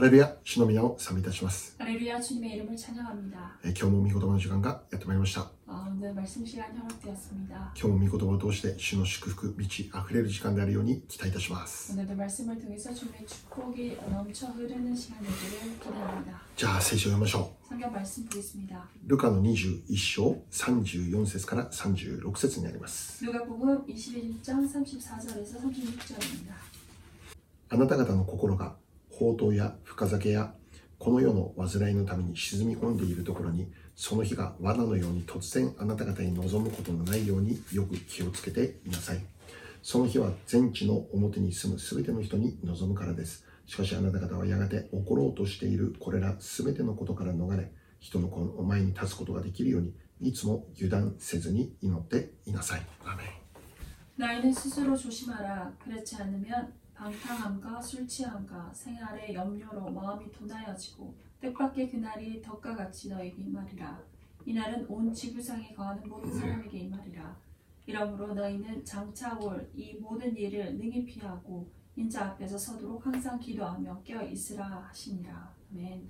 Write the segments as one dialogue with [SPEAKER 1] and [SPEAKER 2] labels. [SPEAKER 1] レルヤ、主の皆を賛美いたします。
[SPEAKER 2] 할렐루야 주님의 이름을 찬양합니다.
[SPEAKER 1] えー今日も御言葉の時間がやってまいりました。
[SPEAKER 2] 아, 오늘 말씀 시간이 허락되었습니다.
[SPEAKER 1] 今日も御言葉を通して主の祝福、満ち溢れる時間であるように期待いたします。
[SPEAKER 2] 오늘도 말씀을 통해서 주님의 축복이 넘쳐 흐르는 시간 되기를 기대합니다.
[SPEAKER 1] じゃあ聖書を読みましょ
[SPEAKER 2] 성경 말씀 보겠습니다.
[SPEAKER 1] う。ルカの21章34節から36節になります。
[SPEAKER 2] 누가복음 21장 34절에서 36절입니다.
[SPEAKER 1] あなた方の心が宝刀や深酒やこの世の煩いのために沈み込んでいるところにその日が罠のように突然あなた方に望むことのないようによく気をつけていなさいその日は全地の表に住む全ての人に望むからですしかしあなた方はやがて起ころうとしているこれら全てのことから逃れ人の子の前に立つことができるようにいつも油断せずに祈っていなさいアーメン
[SPEAKER 2] 나이는 스스로 조심하라. 그렇지 않으면 방탕함과 술 취함과 생활의 염려로 마음이 도나여지고 뜻밖의 그날이 덕과 같이 너에게 임하리라. 이날은 온 지구상에 거하는 모든 사람에게 임하리라. 이러므로 너희는 장차 올 이 모든 일을 능히 피하고 인자 앞에서 서도록 항상 기도하며 깨어 있으라 하시니라. 아멘.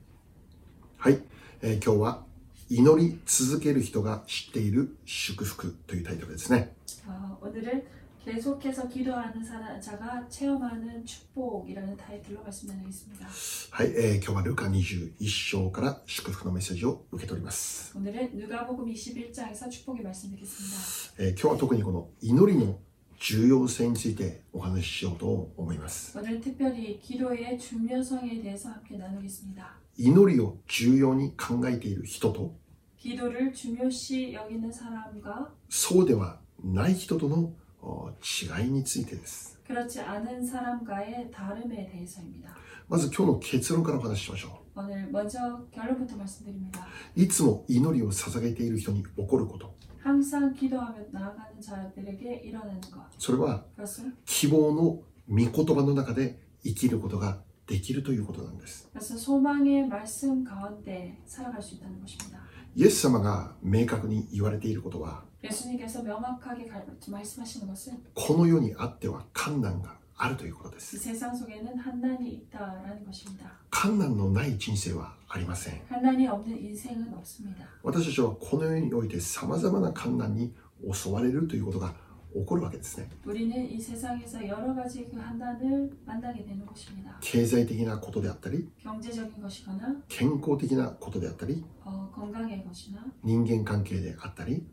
[SPEAKER 1] はい、えー今日は「祈り続ける人が知っている祝福」というタイトルですね、
[SPEAKER 2] 아, 오늘은 계속해서 기도하는 사람- 자가 체험하는 축복이라는 타이틀로 말씀 나누겠습니다.
[SPEAKER 1] はいえー今日はルカ21章から祝福のメッセージを受け取ります、
[SPEAKER 2] 오늘은 누가복음 21장에서 축복의 말씀드리겠습니다.
[SPEAKER 1] えー今日は特にこの祈りの重要性についてお話ししようと思います
[SPEAKER 2] 오늘 특별히 기도의 중요성에 대해서 함께 나누겠습니다.
[SPEAKER 1] 祈りを重要に考えている人と
[SPEAKER 2] 기도를 중요시 여기는 사람과
[SPEAKER 1] そうではない人とのお違いについてです
[SPEAKER 2] 그렇지 않은 사람과의 다름에 대해서입니다.
[SPEAKER 1] まず今日の結論からお話ししましょ
[SPEAKER 2] 오늘 먼저 결론부터 말씀드립니다.
[SPEAKER 1] ういつも祈りを捧げている人に起こること
[SPEAKER 2] 항상 기도하며 나아가는 자들에게 일어나는 것.
[SPEAKER 1] それは
[SPEAKER 2] 그것은,
[SPEAKER 1] 希望の御言葉の中で生きることができるということなんです。
[SPEAKER 2] 그것은 소망의 말씀 가운데 살아갈 수 있다는 것입니다.
[SPEAKER 1] イエス様が明確に言われていることは、
[SPEAKER 2] 예수님께서 명확하게 가- 말씀하시는 것은
[SPEAKER 1] この世にあっては困難があるということで
[SPEAKER 2] 이
[SPEAKER 1] す。
[SPEAKER 2] 세상 속에는 한난이 있다라는 것입니다.
[SPEAKER 1] 困難のない人生はありません。
[SPEAKER 2] 하나님 없는 인생은 없습니다.
[SPEAKER 1] 私たちはこの世において様々な困難に襲われるということが起こるわけですね。
[SPEAKER 2] 우리는 이 세상에서 여러 가지 그 한단을 만나게 되는 것입니다.
[SPEAKER 1] 経済的なことであったり、
[SPEAKER 2] 경제적인 것이거나
[SPEAKER 1] 健康的なことであったり、
[SPEAKER 2] 어, 건강의 것이나
[SPEAKER 1] 人間関係であったり、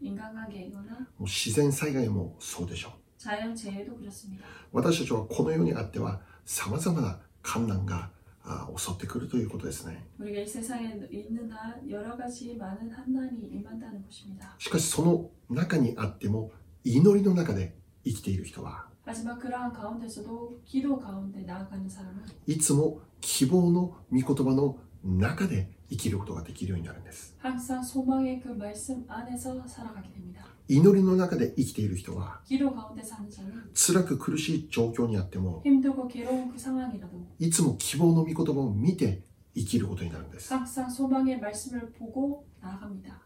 [SPEAKER 2] 인간관계이거나
[SPEAKER 1] もう自然災害もそうでしょう。
[SPEAKER 2] 자연재해도 그렇습니다.
[SPEAKER 1] 私たちはこの世にあっては様々な困難があ襲ってくるということですね。
[SPEAKER 2] 우리가 이 세상에 있는 한 여러 가지 많은 한난이 임한다는 것입니다.
[SPEAKER 1] しかしその中にあっても祈りの中で生きている人は
[SPEAKER 2] 하지만 그러한 가운데서도 기도 가운데 나아가는 사람은
[SPEAKER 1] いつも希望の御言葉の中で生きることができるようになるんです。
[SPEAKER 2] 항상 소망의 그 말씀 안에서 살아가게 됩니다.
[SPEAKER 1] 祈りの中で生きている人は
[SPEAKER 2] 기도 가운데 사는 자는
[SPEAKER 1] 辛く苦しい状況にあっても
[SPEAKER 2] 힘들고 괴로운 그 상황이라도
[SPEAKER 1] いつも希望の御言葉を見て生きることになるんです。
[SPEAKER 2] 항상 소망의 말씀을 보고 나아갑니다.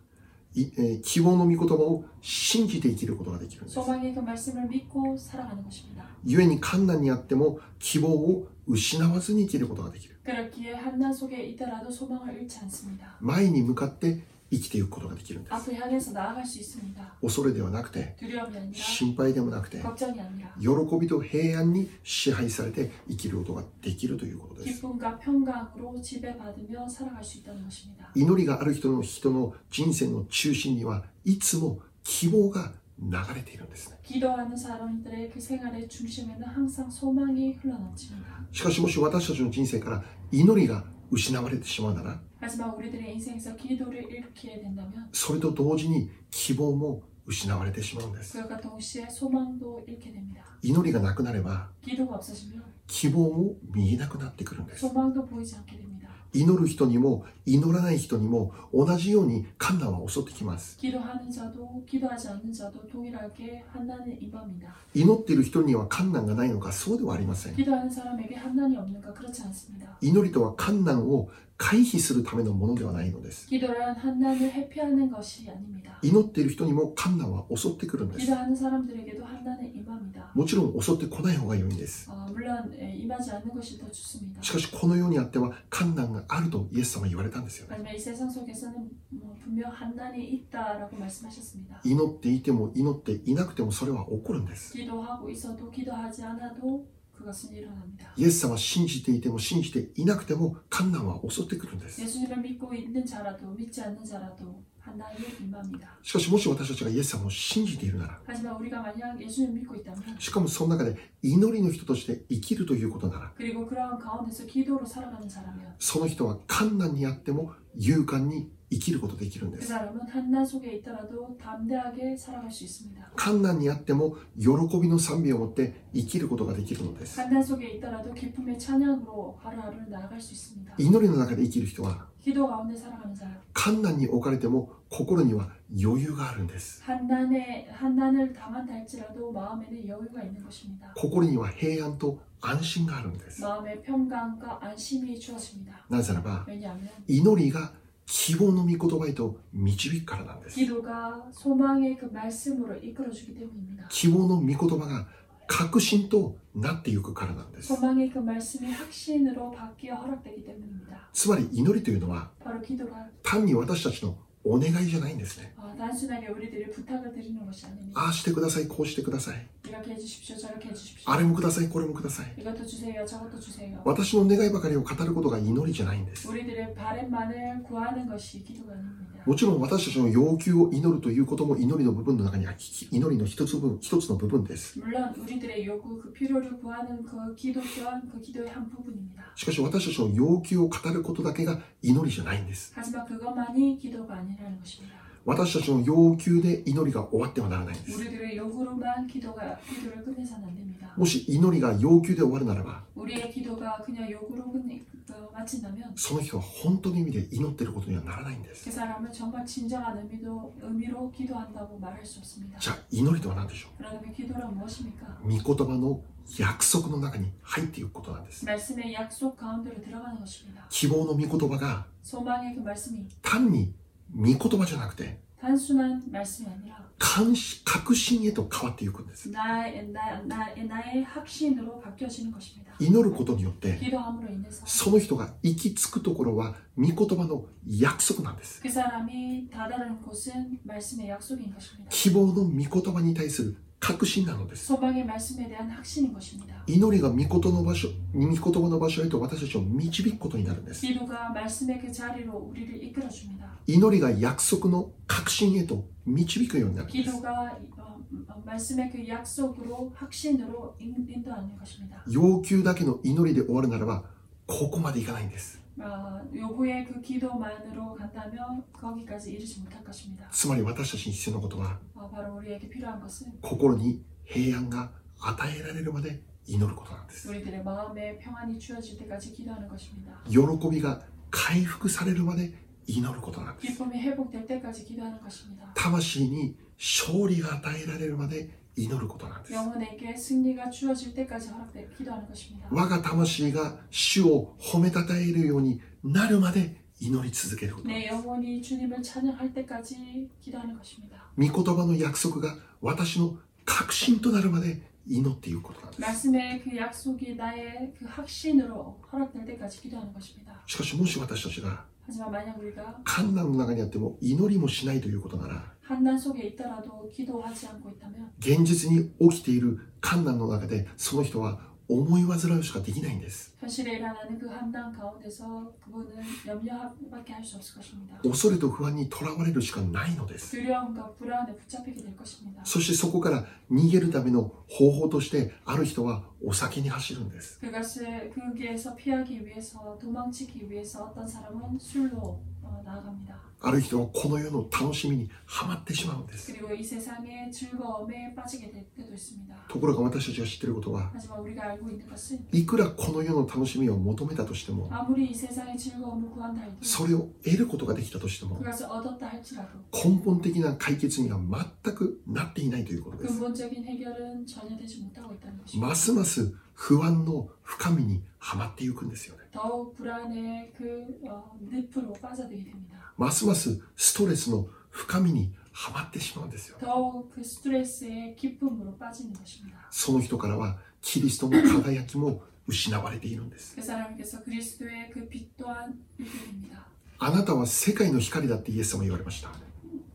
[SPEAKER 1] いえー希望の御言葉を信じて生きることができるんです。
[SPEAKER 2] 소망의 그 말씀을 믿고 살아가는 것입니다.
[SPEAKER 1] 故に困難にあっても希望を失わずに生きることができる。
[SPEAKER 2] 그렇기에 한난 속에 있더라도 소망을 잃지 않습니다.
[SPEAKER 1] 前に向かって生きていくことができるんです
[SPEAKER 2] 앞을 향해서 나아갈 수 있습니다.
[SPEAKER 1] 恐れではなくて
[SPEAKER 2] 두려움이 아니라
[SPEAKER 1] 心配でもなくて
[SPEAKER 2] 걱정이 아니라
[SPEAKER 1] 喜びと平安に支配されて生きることができるということです
[SPEAKER 2] 기쁨과 평강으로 지배받으며 살아갈 수 있다는 것입니다.
[SPEAKER 1] 祈りがある人の人の人生の中心にはいつも希望が流れているんですね
[SPEAKER 2] 기도하는 사람들의 그 생활의 중심에는 항상 소망이 흘러넘칩니다.
[SPEAKER 1] しかしもし私たちの人生から祈りが失われてしまうなら
[SPEAKER 2] 하지만 우리들의 인생에서 기도를 잃게 된다면
[SPEAKER 1] それと同時に希望も失われてしまうんです
[SPEAKER 2] 그것과 동시에 소망도 잃게 됩니다.
[SPEAKER 1] 祈りがなくなれば
[SPEAKER 2] 기도가 없어지면
[SPEAKER 1] 希望も見えなくなってくるんです
[SPEAKER 2] 소망도 보이지 않게 됩니다.
[SPEAKER 1] 祈る人にも祈らない人にも同じように困難は襲ってきます
[SPEAKER 2] 기도하는 자도 기도하지 않는 자도 동일하게 한나는 임합니다.
[SPEAKER 1] 祈っている人には困難がないのかそうではありません
[SPEAKER 2] 기도하는 사람에게 한난이 없는가 그렇지 않습니다.
[SPEAKER 1] 祈りとは困難を回避するためのものではないのです
[SPEAKER 2] 기도란 한난을 회피하는 것이 아닙니다.
[SPEAKER 1] 祈っている人にも困難は襲ってくるんです
[SPEAKER 2] 기도하는 사람들에게도 한난은 임합니다. 합니다.
[SPEAKER 1] もちろん襲ってこない方が良いんです
[SPEAKER 2] 아, 물론 예, 임하지 않는 것이 더 좋습니다.
[SPEAKER 1] しかしこの世にあっては困難があるとイエス様は言われたんですよね
[SPEAKER 2] 하지만 이 세상 속에서는 뭐 분명 한난이 있다라고 말씀하셨습니다.
[SPEAKER 1] 祈っていても祈っていなくてもそれは起こるんです
[SPEAKER 2] 기도하고 있어도 기도하지 않아도 그것은 일어납니다.
[SPEAKER 1] イエス様は信じていても信じていなくても困難は襲ってくるんです
[SPEAKER 2] 예수님을 믿고 있는 자라도 믿지 않는 자라도 한난이 임합니다.
[SPEAKER 1] しかしもし私たちがイエス様を信じているなら
[SPEAKER 2] 하지만 우리가 만약 예수님을 믿고 있다면
[SPEAKER 1] しかもその中で祈りの人として生きるということなら
[SPEAKER 2] 그리고 그러한 가운데서 기도로 살아가는 자라면
[SPEAKER 1] その人は困難にあっても勇敢に生きることできるんで
[SPEAKER 2] 그
[SPEAKER 1] す
[SPEAKER 2] 사람은 한난 속에 있더라도 담대하게 살아갈 수 있습니다.
[SPEAKER 1] 困難にあっても喜びの賛美を持って生きることができるのです
[SPEAKER 2] 한단 속에 있더라도 기쁨의 찬양으로 하루하루를 나아갈 수 있습니다.
[SPEAKER 1] 祈りの中で生きる人は
[SPEAKER 2] 기도 가운데 살아가는 자,
[SPEAKER 1] 困難に置かれても心には余裕があるんです
[SPEAKER 2] 한단에 한단을 당한다 할지라도 마음에는 여유가 있는 것입니다.
[SPEAKER 1] 心には平安と安心があるんです
[SPEAKER 2] 마음의 평강과 안심이 주어집니다.
[SPEAKER 1] なぜならば
[SPEAKER 2] 왜냐하면
[SPEAKER 1] 祈りが希望の御言葉へと導くからなんです
[SPEAKER 2] 기도가 소망의 그 말씀으로 이끌어주기 때문입니다.
[SPEAKER 1] 希望の御言葉が確信となっていくからなんです
[SPEAKER 2] 소망의 그 말씀이 확신으로 바뀌어 허락되기 때문입니다.
[SPEAKER 1] つまり祈りというのは
[SPEAKER 2] 바로 기도가
[SPEAKER 1] 単に私たちのお願いじゃないんですね
[SPEAKER 2] 아, 단순하게 우리들이 부탁을 드리는 것이 아닙니다.
[SPEAKER 1] ああしてくださいこうしてください
[SPEAKER 2] 이렇게 해주십시오, 저렇게 해주십시오.
[SPEAKER 1] あれもくださいこれもください
[SPEAKER 2] 이것도 주세요, 저것도 주세요.
[SPEAKER 1] 私の願いばかりを語ることが祈りじゃないんです
[SPEAKER 2] 우리들의 바램만을 구하는 것이 기도가 아닙니다.
[SPEAKER 1] もちろん私たちの要求を祈るということも祈りの部分の中にはき祈りの一つ分一つの部分です
[SPEAKER 2] 물론 우리들의 요구 그 필요를 구하는 그 기도 또한 그 기도의 한 부분입니다.
[SPEAKER 1] しかし私たちの要求を語ることだけが祈りじゃないんです
[SPEAKER 2] 하지만 그것만이 기도가 아니라는 것입니다.
[SPEAKER 1] 私たちの要求で祈りが終わってはならないんです
[SPEAKER 2] 우리들의 요구로만 기도가 기도를 끝내서는 안 됩니다.
[SPEAKER 1] もし祈りが要求で終わるならば
[SPEAKER 2] 우리의 기도가 그냥 요구로 끝내 어, 마친다면
[SPEAKER 1] その人は本当の意味で祈ってることにはならないんで
[SPEAKER 2] 그
[SPEAKER 1] す
[SPEAKER 2] 사람은 정말 진정한 의미도 의미로 기도한다고 말할 수 없습니다.
[SPEAKER 1] じゃあ祈りとは何でしょ
[SPEAKER 2] 그러면 기도란 무엇입니까?
[SPEAKER 1] う御言葉の約束の中に入っていくことなんです
[SPEAKER 2] 말씀의 약속 가운데로 들어가는 것입니다.
[SPEAKER 1] 希望の御言葉が
[SPEAKER 2] 소망의 그 말씀이
[SPEAKER 1] 単に御言葉じゃなくて
[SPEAKER 2] 단순한 말씀이 아니라
[SPEAKER 1] 監視確信へと変わっていくんです
[SPEAKER 2] 나의, 나, 나, 나의 확신으로 바뀌어지는 것입니다.
[SPEAKER 1] 祈ることによって
[SPEAKER 2] 기도함으로 인해서
[SPEAKER 1] その人が行き着くところは御言葉の約束なんです
[SPEAKER 2] 그 사람이 다다르는 곳은 말씀의 약속인 것입니다.
[SPEAKER 1] 希望の御言葉に対する確信なのです
[SPEAKER 2] 소망의 말씀에 대한 확신인 것입니다.
[SPEAKER 1] 祈りが御言葉の場所御言葉の場所へと私たちを導くことになるんです
[SPEAKER 2] 기도가 말씀의 그 자리로 우리를 이끌어 줍니다.
[SPEAKER 1] 祈りが約束の確信へと導くようになるんです
[SPEAKER 2] 기도가 어, 어, 말씀의 그 약속으로 확신으로 인- 인도하는 것입니다.
[SPEAKER 1] 要求だけの祈りで終わるならばここまでいかないんです
[SPEAKER 2] 아, 요구의 그 기도만으로 간다면 거기까지 이르지 못할 것입니다.
[SPEAKER 1] つまり私たちに必要なことは
[SPEAKER 2] 아, 바로 우리에게 필요한 것은
[SPEAKER 1] 心に平安が与えられるまで祈ることなんです
[SPEAKER 2] 우리들의 마음에 평안이 주어질 때까지 기도하는 것입니다.
[SPEAKER 1] 喜びが回復されるまで祈ることなんです
[SPEAKER 2] 기쁨이 회복될 때까지 기도하는 것입니다.
[SPEAKER 1] 魂に勝利が与えられるまで祈ることなんです
[SPEAKER 2] 영혼에게 승리가 주어질 때까지 허락돼 기도하는 것입니다.
[SPEAKER 1] 我が魂が主を褒めたたえるようになるまで祈り続けることなんで
[SPEAKER 2] 내 영혼이 주님을 찬양할 때까지 기도하는 것입니다.
[SPEAKER 1] す御言葉の約束が私の確信となるまで祈っていくことなんです
[SPEAKER 2] 말씀의 그 약속이 나의 그 확신으로 허락될 때까지 기도하는 것입니다.
[SPEAKER 1] しかしもし私たちが
[SPEAKER 2] 하지만 만약 우리가
[SPEAKER 1] 困難の中にあっても祈りもしないということなら
[SPEAKER 2] 한난 속에 있더라도 기도하지 않고 있다면
[SPEAKER 1] 現実に起きている困難の中でその人は思い煩うしかできないんです
[SPEAKER 2] 현실에 일어나는 그 한난 가운데서 그분은 염려밖에 할 수 없을 것입니다.
[SPEAKER 1] 恐れと不安にとらわれるしかないのです
[SPEAKER 2] 두려움과 불안에 붙잡히게 될 것입니다.
[SPEAKER 1] そしてそこから逃げるための方法としてある人はお酒に走るんです
[SPEAKER 2] 그것을 그에서 피하기 위해서 도망치기 위해서 어떤 사람은 술로 어, 나아갑니다.
[SPEAKER 1] ある人はこの世の楽しみにはまってしまうんです
[SPEAKER 2] 그리고 이 세상의 즐거움에 빠지게 될 때도 있습니다.
[SPEAKER 1] ところが私たちが知っていることは
[SPEAKER 2] 하지만 우리가 알고 있는 것은
[SPEAKER 1] いくらこの世の楽しみを求めたとしても
[SPEAKER 2] 아무리 이 세상의 즐거움을 구한다 해도
[SPEAKER 1] それを得ることができたとしても
[SPEAKER 2] 그것을 얻었다 할지라도
[SPEAKER 1] 根本的な解決には全くなっていないということです
[SPEAKER 2] 근본적인 해결은 전혀 되지 못하고 있다는 것입니다.
[SPEAKER 1] ますます不安の深みにはまっていくんですよね
[SPEAKER 2] 더욱 불안의 그 어, 늪으로 빠져들게 됩니다.
[SPEAKER 1] ますますストレスの深みにハマってしまうんですよ。
[SPEAKER 2] 더욱 그 스트레스에 깊음으로 빠지는 것입니다.
[SPEAKER 1] その人からはキリストの輝きも失われているんです。
[SPEAKER 2] 그 사람께서 그리스도의 그 빛 또한 잃어입니다.
[SPEAKER 1] あなたは世界の光だってイエス様は言われました。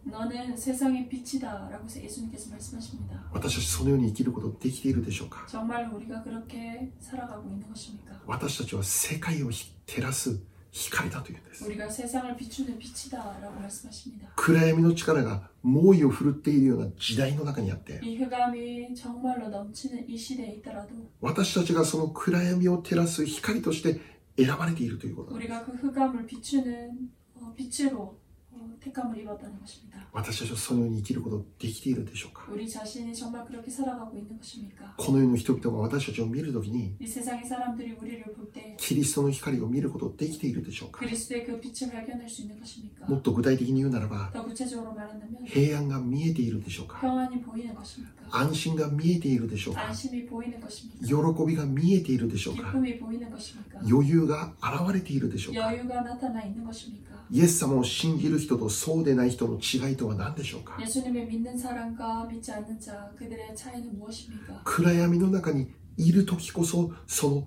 [SPEAKER 2] 너는 세상의 빛이다라고 예수님께서 말씀하십니다.
[SPEAKER 1] 私たちそのように生きることできているでしょうか
[SPEAKER 2] 정말로 우리가 그렇게 살아가고 있는 것입니까?
[SPEAKER 1] 私たちは世界を照らす光だというんです。
[SPEAKER 2] 우리가 세상을 비추는 빛이다라고 말씀하십니다.
[SPEAKER 1] 暗闇の力が猛威を振るっているような時代の中にあって、
[SPEAKER 2] 이 흑암이 정말로 넘치는 이 시대에 있더라도
[SPEAKER 1] 私たちがその暗闇を照らす光として選ばれているということなんです。
[SPEAKER 2] 우리가 그 흑암을 비추는 어, 빛으로 어, 택함을 입었다는 것입니다.
[SPEAKER 1] 私たちはそのように生きることできているでしょうか
[SPEAKER 2] 우리 자신이 정말 그렇게 살아가고 있는 것입니까?
[SPEAKER 1] この世の人々が私たちを見るときに、
[SPEAKER 2] 이 세상의 사람들이 우리를 볼 때
[SPEAKER 1] キリストの光を見ることできているでしょうか
[SPEAKER 2] 그리스도의 그 빛을 발견할 수 있는 것입니까?
[SPEAKER 1] もっと具体的に言うならば、
[SPEAKER 2] 더 구체적으로 말한다면
[SPEAKER 1] 平安が見えているでしょうか
[SPEAKER 2] 평안이 보이는 것입니까?
[SPEAKER 1] 安心が見えているでしょうか
[SPEAKER 2] 안심이 보이는 것입니까?
[SPEAKER 1] 喜びが見えているでしょうか
[SPEAKER 2] 기쁨이 보이는 것입니까?
[SPEAKER 1] 余裕が現れているでしょうか
[SPEAKER 2] 여유가 나타나 있는 것입니까?
[SPEAKER 1] イエス様を信じる人とそうでない人の違いとは何でしょうか
[SPEAKER 2] 예수님을 믿는 사람과 믿지 않는 자 그들의 차이는 무엇입니까?
[SPEAKER 1] 暗闇の中にいる時こそその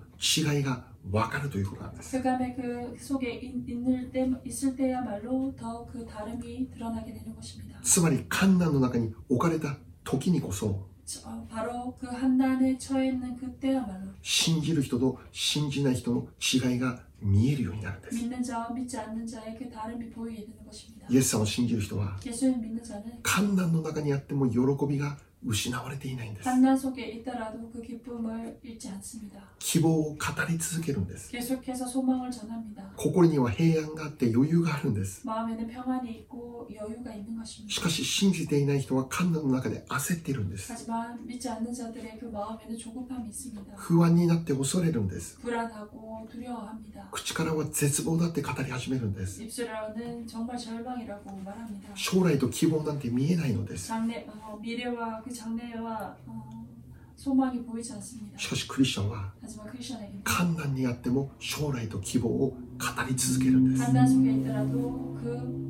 [SPEAKER 1] 違いが分かるということなんです。
[SPEAKER 2] 흑암의 그 속에 있- 있을, 때, 있을 때야말로 더 그 다름이 드러나게 되는 것입니다.
[SPEAKER 1] つまり観難の中に置かれた時にこそ
[SPEAKER 2] 저- 어, 바로 그 한단에 처해 있는 그때야말로
[SPEAKER 1] 信じる人と信じない人の違いが見えるようになるんです。
[SPEAKER 2] 믿는 자와 믿지 않는 자의 그 다름이 보이게 되는 것입니다.
[SPEAKER 1] イエス様を信じる人は
[SPEAKER 2] 예수님 믿는 자는
[SPEAKER 1] 観難の中にあっても喜びが失われていないんです。
[SPEAKER 2] 한난 속에 있더라도 그 기쁨을 잃지 않습니다.
[SPEAKER 1] 希望を語り続けるんです。
[SPEAKER 2] 계속해서 소망을 전합니다.
[SPEAKER 1] 心には平安があって余裕があるんです。
[SPEAKER 2] 마음에는 평안이 있고 여유가 있는
[SPEAKER 1] し
[SPEAKER 2] 것입니다.
[SPEAKER 1] かし信じていない人は観難の中で焦っているんです。
[SPEAKER 2] 하지만 믿지 않는 자들의 그 마음에는 조급함이 있습니다.
[SPEAKER 1] 不安になって恐れるんです。
[SPEAKER 2] 불안하고 두려워합니다.
[SPEAKER 1] 口からは絶望だって語り始めるんです。
[SPEAKER 2] 입술로는 정말 절망이라고 말합니다.
[SPEAKER 1] 将来と希望なんて見えないのです。
[SPEAKER 2] 장래, 어, 미래와 그 장래와 어, 소망이 보이지 않습니다.
[SPEAKER 1] しかしクリスチャンは
[SPEAKER 2] 하지만 크리스천에게는
[SPEAKER 1] 困難にあっても将来と希望を語り続けるんです。
[SPEAKER 2] 한단 속에 있더라도 그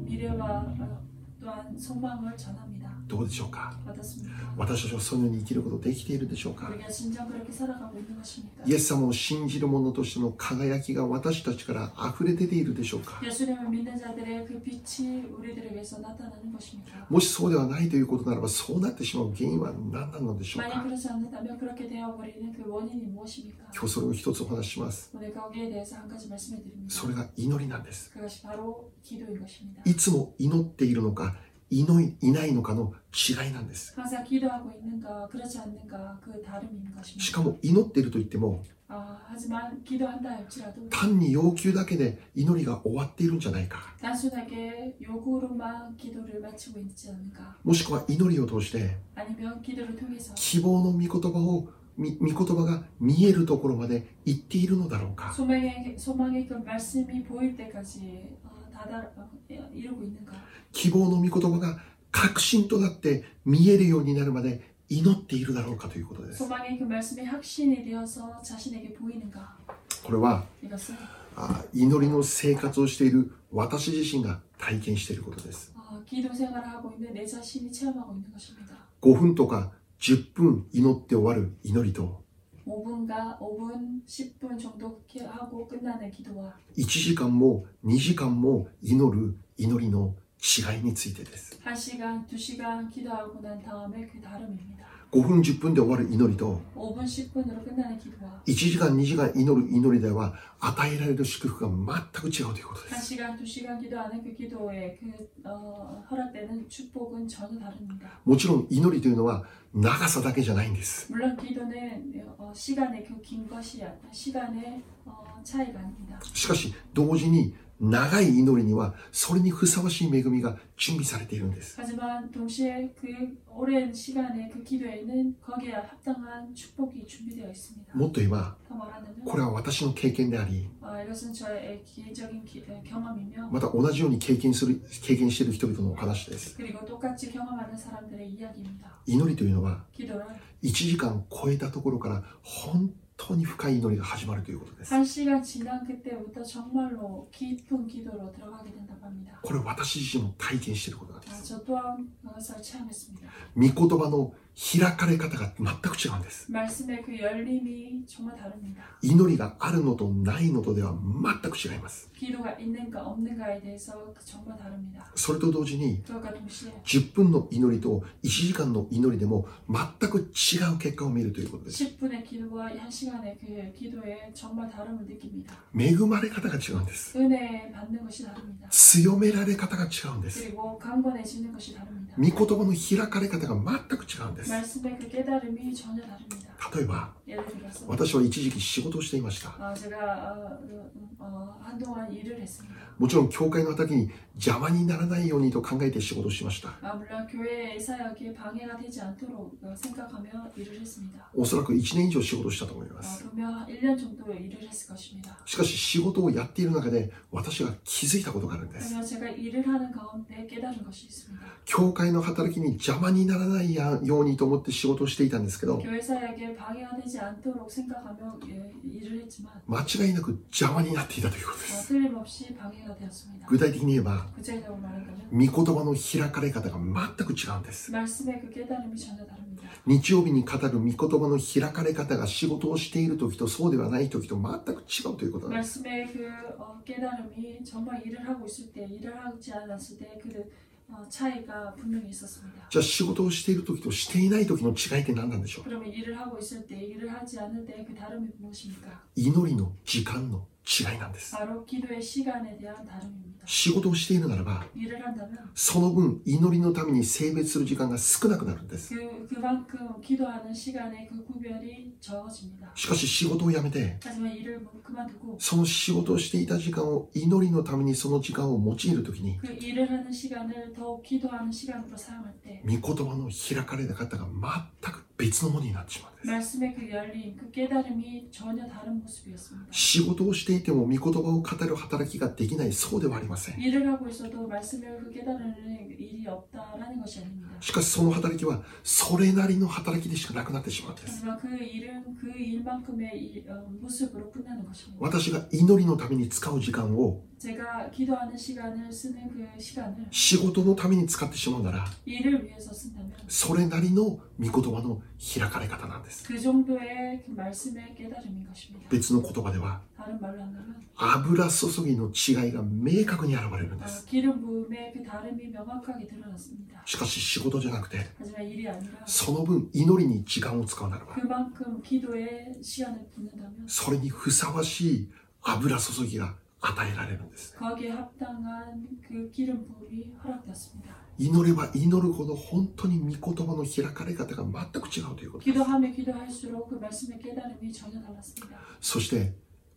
[SPEAKER 2] 미래와 어, 또한 소망을 전합니다.
[SPEAKER 1] どうでしょうか
[SPEAKER 2] 어떻습니까?
[SPEAKER 1] 私たちはそのように生きることできているでしょうか
[SPEAKER 2] 우리가 진정 그렇게 살아가고 있는 것입니까?
[SPEAKER 1] イエス様を信じる者としての輝きが私たちから溢れ出ているでしょうか
[SPEAKER 2] 예수님을 믿는 자들의 그 빛이 우리들에게서 나타나는 것입니까?
[SPEAKER 1] もしそうではないということならばそうなってしまう原因は何なのでしょう
[SPEAKER 2] 만약
[SPEAKER 1] か
[SPEAKER 2] 그렇지 않는다면 그렇게 되어버리는 그 원인이 무엇입니까?
[SPEAKER 1] 今日それを一つお話しします。
[SPEAKER 2] 오늘 거기에 대해서 한 가지 말씀해 드립니다.
[SPEAKER 1] それが祈りなんです。
[SPEAKER 2] 그것이 바로 기도인 것입니다.
[SPEAKER 1] いつも祈っているのか、祈いいないのかの違いなんです。
[SPEAKER 2] 항상 기도하고 있는가 그렇지 않는가 그 다름인
[SPEAKER 1] し
[SPEAKER 2] 것입니다.
[SPEAKER 1] かも祈っていると言っても、
[SPEAKER 2] 아, 하지만 기도한다 할지라도
[SPEAKER 1] 単に要求だけで祈りが終わっているんじゃないか。
[SPEAKER 2] 단순하게 요구로만 기도를 마치고 있지 않는가
[SPEAKER 1] もしくは祈りを通して、
[SPEAKER 2] 아니면 기도를 통해서
[SPEAKER 1] 希望の御言葉を、み御言葉が見えるところまで行っているのだろうか。
[SPEAKER 2] 소망의, 소망의 그 말씀이 보일 때까지 어, 다다 어, 이루고 있는가
[SPEAKER 1] 希望の御言葉が確信となって見えるようになるまで祈っているだろうかということです。
[SPEAKER 2] 소망의 그 말씀이 확신이 되어서 자신에게 보이는가
[SPEAKER 1] これは、
[SPEAKER 2] 이것은
[SPEAKER 1] あ祈りの生活をしている私自身が体験していることです。
[SPEAKER 2] 어, 기도 생활을 하고 있는 내 자신이 체험하고 있는 것입니다.
[SPEAKER 1] 5分とか10分祈って終わる祈りと
[SPEAKER 2] 5분과 5분, 10분 정도 기- 하고 끝나는 기도와
[SPEAKER 1] 1時間も2時間も祈る祈りの違いについてです
[SPEAKER 2] 1시간, 2시간 기도하고 난 다음에 그 다름입니다.
[SPEAKER 1] 5分10分で終わる祈りと
[SPEAKER 2] 5분, 10분으로 끝나는 기도와
[SPEAKER 1] 1時間2時間祈る祈りでは与えられる祝福が全く違うということです
[SPEAKER 2] 1시간, 2시간 기도하는 그 기도의 그 어, 허락되는 축복은 전혀 다릅니다.
[SPEAKER 1] もちろん祈りというのは長さだけじゃないんです
[SPEAKER 2] 물론 기도는 어, 시간의 그 긴 것이 아니라 시간의 어, 차이가 아닙니다.
[SPEAKER 1] しかし同時に長い祈りにはそれにふさわしい恵みが準備されているんです
[SPEAKER 2] 하지만 동시에 그 오랜 시간의 그 기도에는 거기에 합당한 축복이 준비되어 있습니다.
[SPEAKER 1] もっと言えば
[SPEAKER 2] 더 말하자면
[SPEAKER 1] これは私の経験であり
[SPEAKER 2] 아, 이것은 저의 개인적인 기- 에, 경험이며
[SPEAKER 1] また同じように経験する経験している人々のお話です
[SPEAKER 2] 그리고 똑같이 경험하는 사람들의 이야기입니다.
[SPEAKER 1] 祈りというのは
[SPEAKER 2] 기도는
[SPEAKER 1] 1時間超えたところから本当に深い祈りが始まるということです
[SPEAKER 2] 한 시간 지난 그때부터 정말로 깊은 기도로 들어가게 된다고 합니다.
[SPEAKER 1] これ私自身も体験していることなんで
[SPEAKER 2] 아,
[SPEAKER 1] す
[SPEAKER 2] 저 또한 그것을 체험했습니다.
[SPEAKER 1] 御言葉の開かれ方が全く違うんです
[SPEAKER 2] 말씀의 그 열림이 정말 다릅니다.
[SPEAKER 1] 祈りがあるのとないのとでは全く違います
[SPEAKER 2] 기도가 있는가 없는가에 대해서 정말 다릅니다.
[SPEAKER 1] それと同時に
[SPEAKER 2] 그것과 동시에
[SPEAKER 1] 10分の祈りと1時間の祈りでも全く違う結果を見るということです
[SPEAKER 2] 10분의 기도와 1시간의 그 기도에 정말 다름을 느낍니다.
[SPEAKER 1] 恵まれ方が違うんです
[SPEAKER 2] 은혜 받는 것이 다릅니다.
[SPEAKER 1] 強められ方が違うんです
[SPEAKER 2] 그리고 강건해지는 것이 다릅니다.
[SPEAKER 1] 御言葉の開かれ方が全く違うんです
[SPEAKER 2] 말씀의 그 깨달음이 전혀 다릅니다.
[SPEAKER 1] 例えば
[SPEAKER 2] 예를 들어서
[SPEAKER 1] 私は一時期仕事をしていました
[SPEAKER 2] 아, 제가 어, 음, 어, 한동안 일을 했습니다.
[SPEAKER 1] もちろん教会の時に邪魔にならないようにと考えて仕事をしました
[SPEAKER 2] 아, 물론 교회의 사역에 방해가 되지 않도록 어, 생각하며 일을 했습니다.
[SPEAKER 1] おそらく1年以上仕事をしたと思いま
[SPEAKER 2] 아,
[SPEAKER 1] す
[SPEAKER 2] 분명 1년 정도 일을 했을 것입니다.
[SPEAKER 1] しかし仕事をやっている中で私が気づいたことがあるんです
[SPEAKER 2] 그러면 제가 일을 하는 가운데 깨달은 것이 있습니다.
[SPEAKER 1] 教会の働きに邪魔にならないようにと思って仕事をしていたんですけど
[SPEAKER 2] 교회 사역에 방해가 되지 않도록 생각하며 예, 일을 했지만
[SPEAKER 1] 間違いなく邪魔になっていたということで
[SPEAKER 2] 아,
[SPEAKER 1] す
[SPEAKER 2] 틀림없이 방해가 되었습니다.
[SPEAKER 1] 具体的に言えば
[SPEAKER 2] 구체적으로 말한다면
[SPEAKER 1] 御言葉の開かれ方が全く違うんです
[SPEAKER 2] 말씀의 그 깨달음이 전혀 다릅니다.
[SPEAKER 1] 日曜日に語る御言葉の開かれ方が仕事をしている時とそうではない時と全く違うということなんです
[SPEAKER 2] 말씀의 그 어, 깨달음이 정말 일을 하고 있을 때 일을 하지 않았을 때 그 차이가 분명히 있었습니다.
[SPEAKER 1] じゃあ仕事をしている時としていない時の違いって何なんでしょう
[SPEAKER 2] 그러면 일을 하고 있을 때 일을 하지 않을 때 그 다름이 무엇입니까?
[SPEAKER 1] 祈りの時間の違いなんです
[SPEAKER 2] 바로 기도의 시간에 대한 다름입니다.
[SPEAKER 1] 仕事をしているならば
[SPEAKER 2] 일을 한다면
[SPEAKER 1] その分祈りのために性別する時間が少なくなるんです
[SPEAKER 2] 그 그만큼 기도하는 시간의 그 구별이 적어집니다.
[SPEAKER 1] しかし仕事を辞めて
[SPEAKER 2] 하지만 일을 뭐 그만두고
[SPEAKER 1] その仕事をしていた時間を祈りのためにその時間を用いる時に
[SPEAKER 2] 그 일을 하는 시간을 더욱 기도하는 시간으로 사용할 때
[SPEAKER 1] 御言葉の開かれ方が全く別のものになってしまうんです
[SPEAKER 2] 말씀의 그 열린 그 깨달음이 전혀 다른 모습이었습니다.
[SPEAKER 1] 仕事をしていても御言葉を語る働きができないそうではありません
[SPEAKER 2] 일을 하고 있어도 말씀을 그 깨달으는 일이 없다라는 것이 아닙니다.
[SPEAKER 1] しかしその働きはそれなりの働きでしかなくなってしまうんです
[SPEAKER 2] 하지만 그 일은 그 일만큼의 이, 어, 모습으로 끝나는 것입니다.
[SPEAKER 1] 私が祈りのために使う時間を
[SPEAKER 2] 제가 기도하는 시간을 쓰는 그 시간을
[SPEAKER 1] 仕事のために使ってしまうなら
[SPEAKER 2] 일을 위해서 쓴다면
[SPEAKER 1] それなりの御言葉の開かれ方なんです
[SPEAKER 2] 그 정도의 그 말씀의 깨달음인 것입니다.
[SPEAKER 1] 別の言葉では
[SPEAKER 2] 다른 말로 한다면
[SPEAKER 1] 油注ぎの違いが明確に現れるんで
[SPEAKER 2] 어,
[SPEAKER 1] す
[SPEAKER 2] 기름 부음의 그 다름이 명확하게 드러났습니다.
[SPEAKER 1] しかし仕事じゃなくて
[SPEAKER 2] 하지만 일이 아니라
[SPEAKER 1] その分祈りに時間を使うならば
[SPEAKER 2] 그만큼 기도에 시간을 붓는다면
[SPEAKER 1] それにふさわしい油注ぎが与えられるんです
[SPEAKER 2] 거기에 합당한 그 기름 부음이 허락되었습니다.
[SPEAKER 1] 祈れば祈るほど本当に御言葉の開かれ方が全く違うということです
[SPEAKER 2] 기도하며 기도할수록 그 말씀의 깨달음이 전혀 달랐습니다.
[SPEAKER 1] そして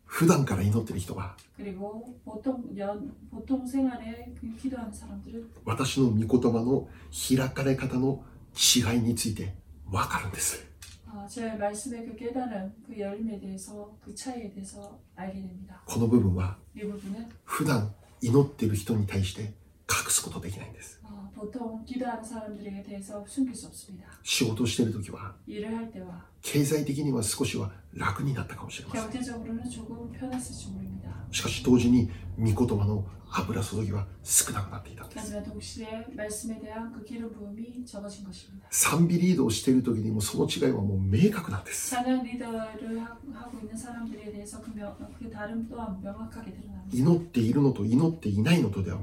[SPEAKER 1] 普段から祈ってる人は
[SPEAKER 2] 그리고 보통 연 보통 생활에 그 기도하는 사람들은
[SPEAKER 1] 私の御言葉の開かれ方の違いについてわかるんです
[SPEAKER 2] 아, 제 말씀의 그 깨달음, 그 열림에 대해서 그 차이에 대해서 알게 됩니다.
[SPEAKER 1] この部分は
[SPEAKER 2] 이 부분은
[SPEAKER 1] 普段祈ってる人に対して隠すことできないんです
[SPEAKER 2] 아, 보통 기도하는 사람들에게 대해서 숨길 수 없습니다.
[SPEAKER 1] 仕事をしている時は
[SPEAKER 2] 일을 할 때와
[SPEAKER 1] 経済的には少しは楽になったかもしれません
[SPEAKER 2] 경제적으로는 조금 편했을지 모릅니다.
[SPEAKER 1] しかし同時に御言葉の油注ぎは少なくなっていたんです
[SPEAKER 2] 하지만 동시에 말씀에 대한 그 기름 부음이 적어진 것입니다.
[SPEAKER 1] 賛美リードをしている時にもその違いはもう明確なんです
[SPEAKER 2] 찬양 리더를 하- 하고 있는 사람들에 대해서 그, 명, 그 다름 또한 명확하게 드러납니다.
[SPEAKER 1] 祈っているのと祈っていないのとでは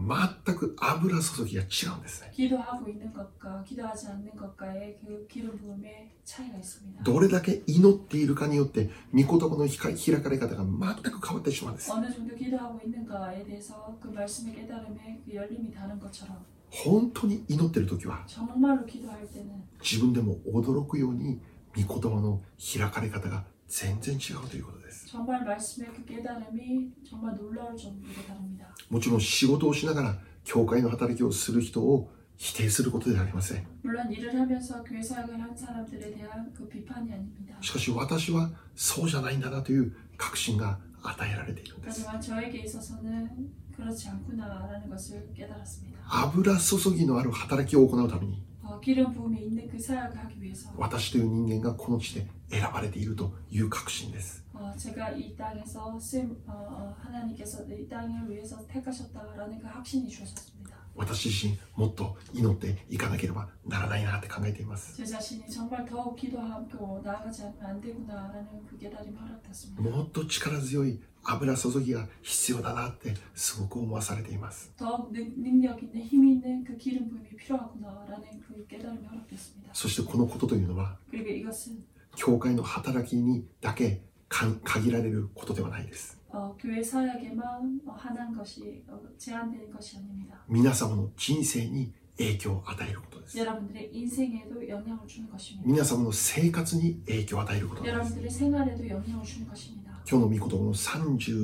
[SPEAKER 1] 全く油注ぎが違うんですね
[SPEAKER 2] 기도하고 있는 것과 기도하지 않는 것과의 그 기름 부음의 차이가 있습니다.
[SPEAKER 1] どれだけ祈っているかによって御言葉の開かれ方が全く変わってしまうんです
[SPEAKER 2] 어느 정도 기도하고 있는가에 대해서 그 말씀의 깨달음에 그 열림이 다른 것처럼
[SPEAKER 1] 本当に祈っている時は
[SPEAKER 2] 정말로 기도할 때는
[SPEAKER 1] 自分でも驚くように御言葉の開かれ方が全然違うということです
[SPEAKER 2] 정말 말씀의 그 깨달음이 정말 놀라울 정도로 다릅니다.
[SPEAKER 1] もちろん仕事をしながら教会の働きをする人を否定することではありません
[SPEAKER 2] 물론 일을 하면서 교회 사역을 한 사람들에 대한 그 비판이 아닙니다.
[SPEAKER 1] しかし私はそうじゃないんだなという確信が与えられているんです
[SPEAKER 2] 하지만 저에게 있어서는 그렇지 않구나라는 것을 깨달았습니다.
[SPEAKER 1] 油注ぎのある働きを行うために
[SPEAKER 2] 어, 기름 부음이 있는 그 사역을 하기 위해서
[SPEAKER 1] 私という人間がこの地で選ばれているという確信です
[SPEAKER 2] 어, 제가 이 땅에서 쓰임, 어, 어, 하나님께서 이 땅을 위해서 택하셨다라는 그 확신이 주어졌습니다.
[SPEAKER 1] 私自身もっと祈っていかなければならないなって考えています
[SPEAKER 2] 제 자신이 정말 더욱 기도하고 나아가지 않으면 안 되구나라는 그 깨달음이 허락됐습니다.
[SPEAKER 1] もっと力強い油注ぎが必要だなってすごく思わされています
[SPEAKER 2] 더욱 능, 능력 있는 힘 있는 그 기름 부음이 필요하구나라는 그 깨달음이 허락됐습니다.
[SPEAKER 1] そしてこのことというのは
[SPEAKER 2] 그리고 이것은
[SPEAKER 1] 教会の働きにだけか限られることではないです
[SPEAKER 2] 어, 교회 사역에만 어, 한한 것이 어, 제한된 것이 아닙니다.
[SPEAKER 1] 皆様の人生に影響を与えることです
[SPEAKER 2] 여러분들의 인생에도 영향을 주는 것입니다.
[SPEAKER 1] 皆様の生活に影響を与えることなんです
[SPEAKER 2] 여러분들의 생활에도 영향을 주는 것입니다.
[SPEAKER 1] 今日の御言葉の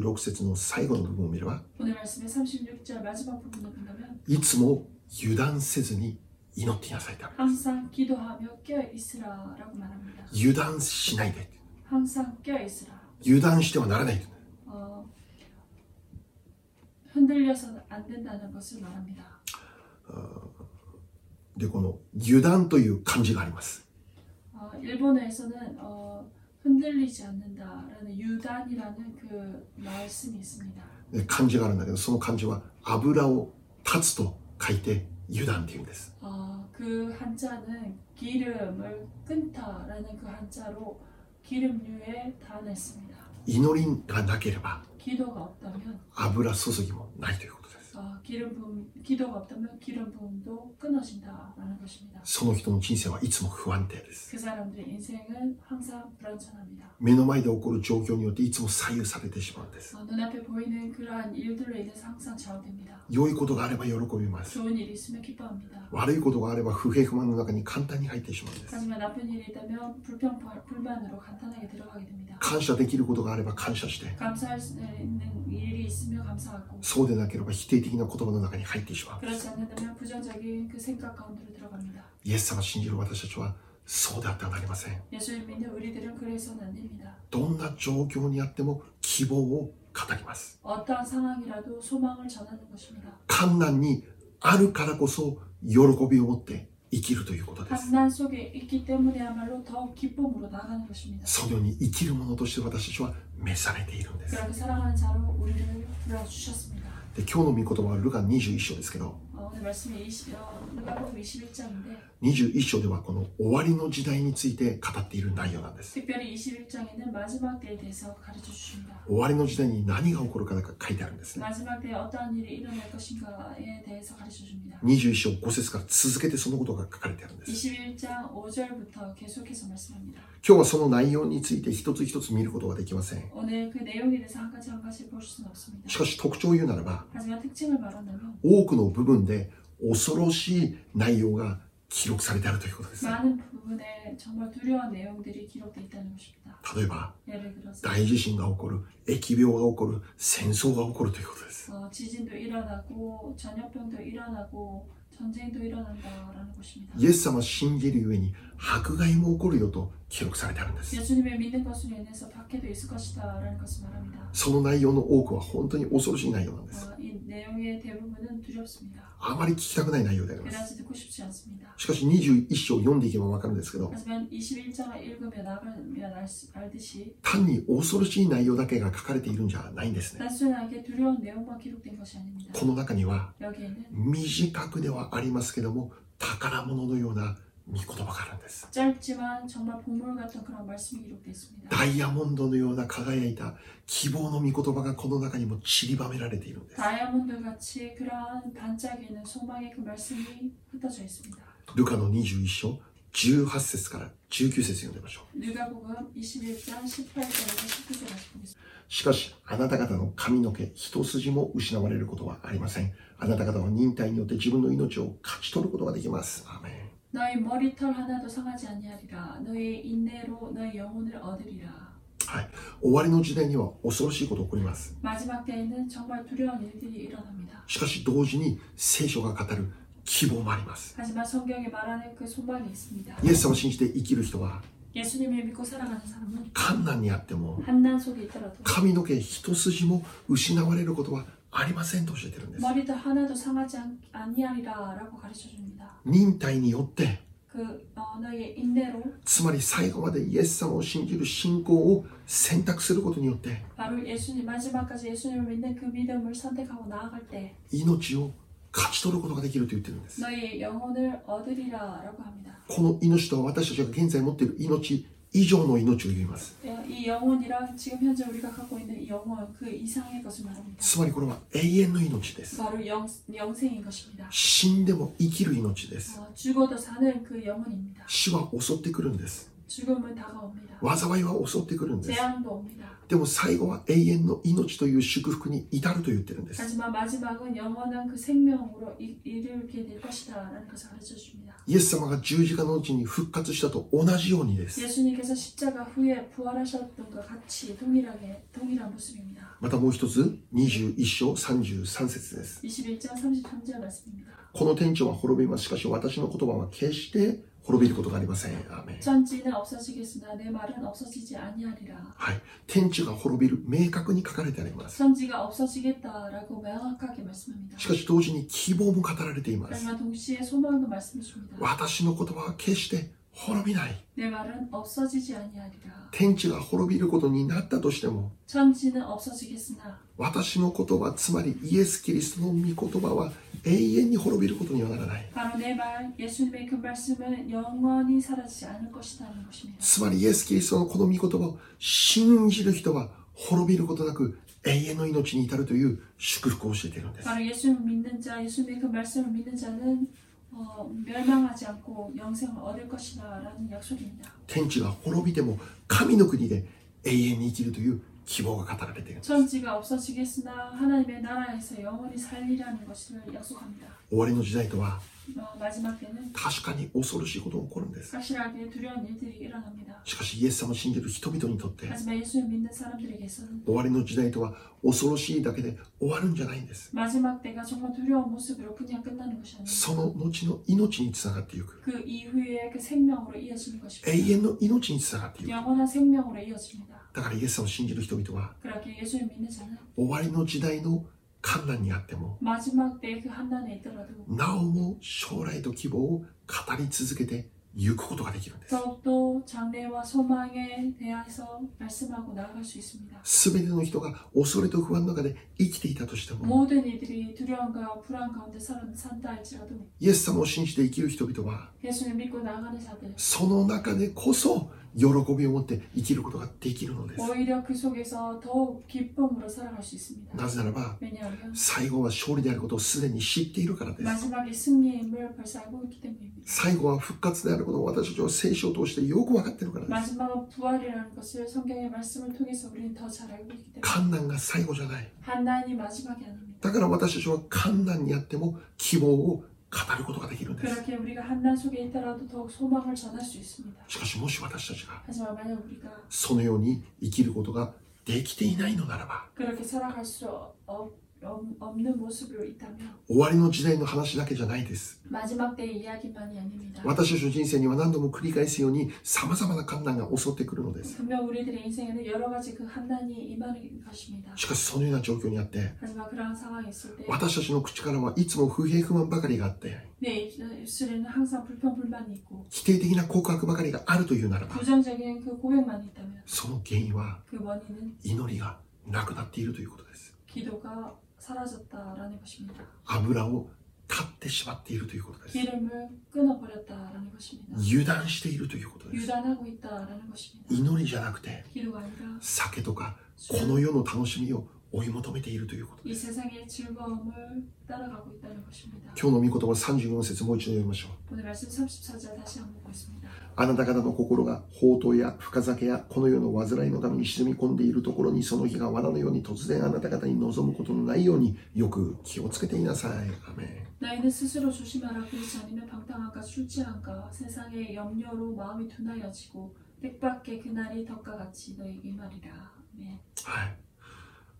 [SPEAKER 1] 36節の最後の部分を見れば
[SPEAKER 2] 오늘 말씀의 36절 마지막 부분을 본다면
[SPEAKER 1] いつも油断せずに祈っていなさいと
[SPEAKER 2] 항상 기도하며 깨어 있으라라고 말합니다.
[SPEAKER 1] 油断しないで
[SPEAKER 2] 항상 깨어 있으라.
[SPEAKER 1] 油断してはならない
[SPEAKER 2] 어, 흔들려서는 안 된다는 것을 말합니다.
[SPEAKER 1] でこの油断という漢字があります
[SPEAKER 2] 어, 일본어에서는 어, 흔들리지 않는다라는 유단이라는 그 말씀이 있습니다.
[SPEAKER 1] で漢字があるんだけどその漢字は油を断つと書いて油断っていうんです
[SPEAKER 2] 어, 그 한자는 기름을 끊다라는 그 한자로 기름류에 단했습니다.
[SPEAKER 1] 祈りがなければ
[SPEAKER 2] 기도가 없다면
[SPEAKER 1] 油注ぎもないということです
[SPEAKER 2] 어, 기름 부음 기도가 없다면 기름 부음도 끊어진다라는 것입니다.
[SPEAKER 1] その人の人生はいつも不安定です
[SPEAKER 2] 그 사람들의 인생은 항상 불안전합니다.
[SPEAKER 1] 目の前で起こる状況によっていつも左右されてしまうんです
[SPEAKER 2] 어, 눈앞에 보이는 그러한 일들로 인해서 항상 좌우됩니다.
[SPEAKER 1] 良いことがあれば喜びます
[SPEAKER 2] 좋은 일이 있으면 기뻐합니다.
[SPEAKER 1] 悪いことがあれば不平不満の中に簡単に入ってしまうんです
[SPEAKER 2] 하지만 나쁜 일이 있다면 불평 불만으로 간단하게 들어가게 됩니다.
[SPEAKER 1] 感謝できることがあれば感謝して
[SPEAKER 2] 감사할 수 있는 일이 있으면 감사하고
[SPEAKER 1] そうでなければ否定的な言葉の中に入ってしまう
[SPEAKER 2] 그렇지 않는다면 부정적인 그 생각 가운데로 들어갑니다.
[SPEAKER 1] イエス様を信じる私たちはそうであってはなりません
[SPEAKER 2] 예수님 믿는 우리들은 그래서는 안 됩니다.
[SPEAKER 1] どんな状況にあっても希望を語ります
[SPEAKER 2] 어떠한 상황이라도 소망을 전하는 것입니다.
[SPEAKER 1] 困難にあるからこそ喜びを持って生きるということです
[SPEAKER 2] 환난 속에 있기 때문에야말로 더욱 기쁨으로 나가는 것입니다.
[SPEAKER 1] そのように生きる者として私たちは召されているんですで
[SPEAKER 2] 그렇게 사랑하는 자로 우리를 불러주셨습니다.
[SPEAKER 1] 今日の御言葉はルカ21章ですけど
[SPEAKER 2] 어, 오늘 말씀이 20, 어, 누가복음 21장인데
[SPEAKER 1] 21章ではこの終わりの時代について語っている内容なんです
[SPEAKER 2] 특별히 21장에는 마지막 때에 대해서 가르쳐 주십니다.
[SPEAKER 1] 終わりの時代に何が起こるかが書いてあるんですね
[SPEAKER 2] 마지막 때에 어떠한 일이 일어날 것인가에 대해서 가르쳐 줍니다.
[SPEAKER 1] 21章5節から続けてそのことが書かれてあるんです
[SPEAKER 2] 21장 5절부터 계속해서 말씀합니다.
[SPEAKER 1] 今日はその内容について一つ一つ見ることができません
[SPEAKER 2] 오늘 그 내용에 대해서 한 가지 한 가지 볼 수는 없습니다.
[SPEAKER 1] しかし特徴を言うならば
[SPEAKER 2] 하지만 특징을 말한다면
[SPEAKER 1] 多くの部分で恐ろしい内容が記録されてあるということです
[SPEAKER 2] 많은 부분에 정말 두려운 내용들이 기록되어 있다는 것입니다.
[SPEAKER 1] 例えば
[SPEAKER 2] 예를 들어서
[SPEAKER 1] 大地震が起こる疫病が起こる戦争が起こるということです
[SPEAKER 2] 어, 지진도 일어나고 전염병도 일어나고 전쟁도 일어난다라는 것입니다.
[SPEAKER 1] イエス様を信じるゆえに迫害も起こるよと記録されてあるんです
[SPEAKER 2] 예수님을 믿는 것으로 인해서 박해도 있을 것이다라는 것을 말합니다.
[SPEAKER 1] その内容の多くは本当に恐ろしい内容なんです
[SPEAKER 2] 어, 이 내용의 대부분은 두렵습니다.
[SPEAKER 1] あまり聞きたくない内容であります
[SPEAKER 2] 그다지 듣고 싶지 않습니다.
[SPEAKER 1] しかし21章を読んでいけばわかるんですけど
[SPEAKER 2] 하지만 21장을 읽으며 나가면 알, 수- 알듯이
[SPEAKER 1] 単に恐ろしい内容だけが書かれているんじゃないん
[SPEAKER 2] 네.
[SPEAKER 1] ですね
[SPEAKER 2] 단순하게 두려운 내용만 기록된 것이 아닙니다.
[SPEAKER 1] この中には
[SPEAKER 2] 여기에는
[SPEAKER 1] 短くではありますけども宝物のような御言葉があるんです
[SPEAKER 2] 짧지만 정말 보물 같은 그런 말씀이 기록되어 있습니다.
[SPEAKER 1] ダイヤモンドのような輝いた希望の御言葉がこの中にも散りばめられているんです
[SPEAKER 2] 다이아몬드 같이 그러한 반짝이는 소망의 그 말씀이 흩어져 있습니다.
[SPEAKER 1] ルカの21章18節から19節読んでみましょう
[SPEAKER 2] 누가복음 21장 18절에서 19절까지 보겠습니다.
[SPEAKER 1] しかしあなた方の髪の毛一筋も失われることはありませんあなた方は忍耐によって自分の命を勝ち取ることができますアーメン
[SPEAKER 2] 너희 머리털 하나도 상하지 아니하리라. 너희의 인내로 너희 영혼을 얻으리라.
[SPEAKER 1] はい終わりの時代には恐ろしいこと起こります
[SPEAKER 2] 마지막 때에는 정말 두려운 일들이 일어납니다.
[SPEAKER 1] しかし同時に聖書が語る希望もあります
[SPEAKER 2] 하지만 성경에 말하는 그 소망이 있습니다.
[SPEAKER 1] イエス様を信じて生きる人は
[SPEAKER 2] 예수님을 믿고 살아가는 사람은
[SPEAKER 1] 困難にあっても
[SPEAKER 2] 한난 속에 있더라도
[SPEAKER 1] 髪の毛一筋も失われることはありませんと教えてるんです
[SPEAKER 2] 머리도 하나도 상하지 않, 아니하리라라고 가르쳐 줍니다.
[SPEAKER 1] 忍耐によって
[SPEAKER 2] 그 언어의 인내로
[SPEAKER 1] つまり最後までイエス様を信じる信仰を選択することによって
[SPEAKER 2] 바로 예수님 마지막까지 예수님을 믿는 그 믿음을 선택하고 나아갈 때
[SPEAKER 1] 命を勝ち取ることができると言ってるんです。
[SPEAKER 2] 너의 영혼을 얻으리라라고 합니다.
[SPEAKER 1] この命とは私たちが現在持っている命以上の命を言います。
[SPEAKER 2] 어, 이 영혼이란 지금 현재 우리가 갖고 있는 이 영혼 그 이상의 것을 말합니다.
[SPEAKER 1] つまりこれは永遠の命です。
[SPEAKER 2] 바로 영, 영생인 것입니다.
[SPEAKER 1] 死んでも生きる命です。
[SPEAKER 2] 어, 죽어도 사는 그 영혼입니다.
[SPEAKER 1] 死は襲ってくるんです。
[SPEAKER 2] 죽음은 다가옵니다.
[SPEAKER 1] 災いは襲ってくるんです。
[SPEAKER 2] 재앙도 옵니다.
[SPEAKER 1] でも最後は永遠の命という祝福に至ると言ってるんです。
[SPEAKER 2] 하지만 마지막은 영원한 그 생명으로 이- 이르게 될 것이다라는 것을 가르쳐 줍니다.
[SPEAKER 1] イエス様が十字架の後に復活したと同じようにです。
[SPEAKER 2] 예수님께서 십자가 후에 부활하셨던 것 같이 동일하게 동일한 모습입니다.
[SPEAKER 1] またもう一つ、21章33節です。
[SPEAKER 2] 21장 33절 말씀입니다.
[SPEAKER 1] この天地は滅びます。しかし私の言葉は決して滅びることがありません。アーメン
[SPEAKER 2] 천지는 없어지겠으나 내 말은 없어지지 아니하리라.
[SPEAKER 1] はい。天地が滅びる明確に書かれてあります。
[SPEAKER 2] 천지가 없어지겠다라고 명확하게 말씀합니다.
[SPEAKER 1] しかし同時に希望も語られています。
[SPEAKER 2] 하지만 동시에 소망도 말씀해 줍니다.
[SPEAKER 1] 私の言葉は決して滅びない。
[SPEAKER 2] 내 말은 없어지지 아니하리라.
[SPEAKER 1] 天地が滅びることになったとしても、
[SPEAKER 2] 천지는 없어지겠으나
[SPEAKER 1] 私の言葉、つまりイエス・キリストの御言葉は永遠に滅びることにはならない。
[SPEAKER 2] 바로 내 말 예수님의 그 말씀은 영원히 사라지지 않을 것이라는 것입니다.
[SPEAKER 1] つまりイエス・キリストのこの御言葉を信じる人は滅びることなく永遠の命に至るという祝福を教えているんです。
[SPEAKER 2] 바로 예수를 믿는 자, 예수님의 그 말씀을 믿는 자는 어, 멸망하지 않고 영생을 얻을 것이다라는 약속입니다.
[SPEAKER 1] 天地が滅びても神の国で永遠に生きるという希望が語られているんです終
[SPEAKER 2] 천지가 없어지겠으나 하나님의 나라에서 영원히 살리라는 것을 약속합니다.
[SPEAKER 1] わりの時代とは
[SPEAKER 2] 어, 마지막 때는
[SPEAKER 1] 確かに恐ろしいことが起こるんです。
[SPEAKER 2] 확실하게 두려운 일들이 일어납니다.
[SPEAKER 1] しかしイエス様を信じる人々にとって
[SPEAKER 2] 하지만 예수를 믿는 사람들에게서는
[SPEAKER 1] 終わりの時代とは恐ろしいだけで終わるんじゃないんです。
[SPEAKER 2] 마지막 때가 정말 두려운 모습으로 그냥 끝나는 것이 아닙니다.
[SPEAKER 1] その後の命につながっていく。
[SPEAKER 2] 그 이후에 그 생명으로 이어지는 것입니다.
[SPEAKER 1] 永遠の命につながっていく。
[SPEAKER 2] 영원한 생명으로 이어집니다.
[SPEAKER 1] だからイエス様を信じる人々は
[SPEAKER 2] 그렇게 예수를 믿는 자는
[SPEAKER 1] 終わりの時代の困難にあっても
[SPEAKER 2] 마지막 때 그 한단에 있더라도
[SPEAKER 1] なおも将来と希望を語り続けていくことができるんです。
[SPEAKER 2] 더욱더 장래와 소망에 대해서 말씀하고 나아갈 수 있습니다.
[SPEAKER 1] すべての人が恐れと不安の中で生きていたとしても、
[SPEAKER 2] 모든 이들이 두려움과 불안 가운데 살- 산다 할지라도
[SPEAKER 1] イエス様を信じて生きる人々は、
[SPEAKER 2] 예수를 믿고 나아가는 자들
[SPEAKER 1] その中でこそ喜びを持って生きることができるのです。
[SPEAKER 2] 오히려 그 속에서 더욱 기쁨으로 살아갈 수 있습니다.
[SPEAKER 1] なぜならば、
[SPEAKER 2] 왜냐하면
[SPEAKER 1] 最後は勝利であることをすでに知っているからです。
[SPEAKER 2] 마지막이 승리임을 벌써 알고 있기 때문입니다.
[SPEAKER 1] 最後は復活であることを私たちは聖書を通してよく分かっているからです。
[SPEAKER 2] 마지막은 부활이라는 것을 성경의 말씀을 통해서 우리는 더 잘 알고 있기 때문에
[SPEAKER 1] 観難が最後じゃない。
[SPEAKER 2] 한난이 마지막이 아닙니다.
[SPEAKER 1] だから私たちは観難にあっても希望を語ることができるんです。
[SPEAKER 2] 그렇게 우리가 한난 속에 있더라도 더욱 소망을 전할 수 있습니다.
[SPEAKER 1] しかしもし私たちが
[SPEAKER 2] 하지만 만약 우리가
[SPEAKER 1] そのように生きることができていないのならば、
[SPEAKER 2] 그렇게 살아갈 수 어- 어- 없는 모습으로 있다면
[SPEAKER 1] 終わりの時代の話だけじゃないです。
[SPEAKER 2] 마지막 때의 이야기만이 아닙니다.
[SPEAKER 1] 私たちの人生には何度も繰り返すように様々な困難が襲ってくるのです。
[SPEAKER 2] 분명 우리들의 인생에는 여러 가지 그 한난이 임하는 것입니다.
[SPEAKER 1] しかしそのような状況にあって、
[SPEAKER 2] 하지만 그러한 상황이 있을
[SPEAKER 1] 私たちの口からはいつも不平不満ばかりがあって、
[SPEAKER 2] 때 내 입술에는 항상 불평불만이 있고
[SPEAKER 1] 否定的な告白ばかりがあるというならば、
[SPEAKER 2] 부정적인 그 고백만 있다면
[SPEAKER 1] その原因は
[SPEAKER 2] 그 원인은
[SPEAKER 1] 祈りがなくなっているということです。
[SPEAKER 2] 기도가 사라졌다라는 것입니다.
[SPEAKER 1] 油を断ってしまっているということです。
[SPEAKER 2] 기름을 끊어버렸다라는 것입니다.
[SPEAKER 1] 油断しているということです。
[SPEAKER 2] 유단하고 있다라는 것입니다.
[SPEAKER 1] 祈りじゃなくて、
[SPEAKER 2] 기도가 아니라
[SPEAKER 1] 酒とかこの
[SPEAKER 2] 술
[SPEAKER 1] 世の楽しみを追い求めているということで
[SPEAKER 2] 이
[SPEAKER 1] す。
[SPEAKER 2] 세상의 즐거움을 따라가고 있다는 것입니다.
[SPEAKER 1] 今日の御言葉34節もう一度読みましょう。
[SPEAKER 2] 오늘 말씀 34절 다시 한번 보겠습니다.
[SPEAKER 1] あなた方の心が宝刀や深酒やこの世の煩いのために沈み込んでいるところにその日が罠のように突然あなた方に望むことのないようによく気をつけていなさい。アメン
[SPEAKER 2] 너희는 스스로 조심하라 그렇지 않으면 방탕한가 술취한가 세상의 염려로 마음이 둔하여지고 뜻밖의 그날이 덕과 같이 너에게 말이라 아멘.
[SPEAKER 1] はい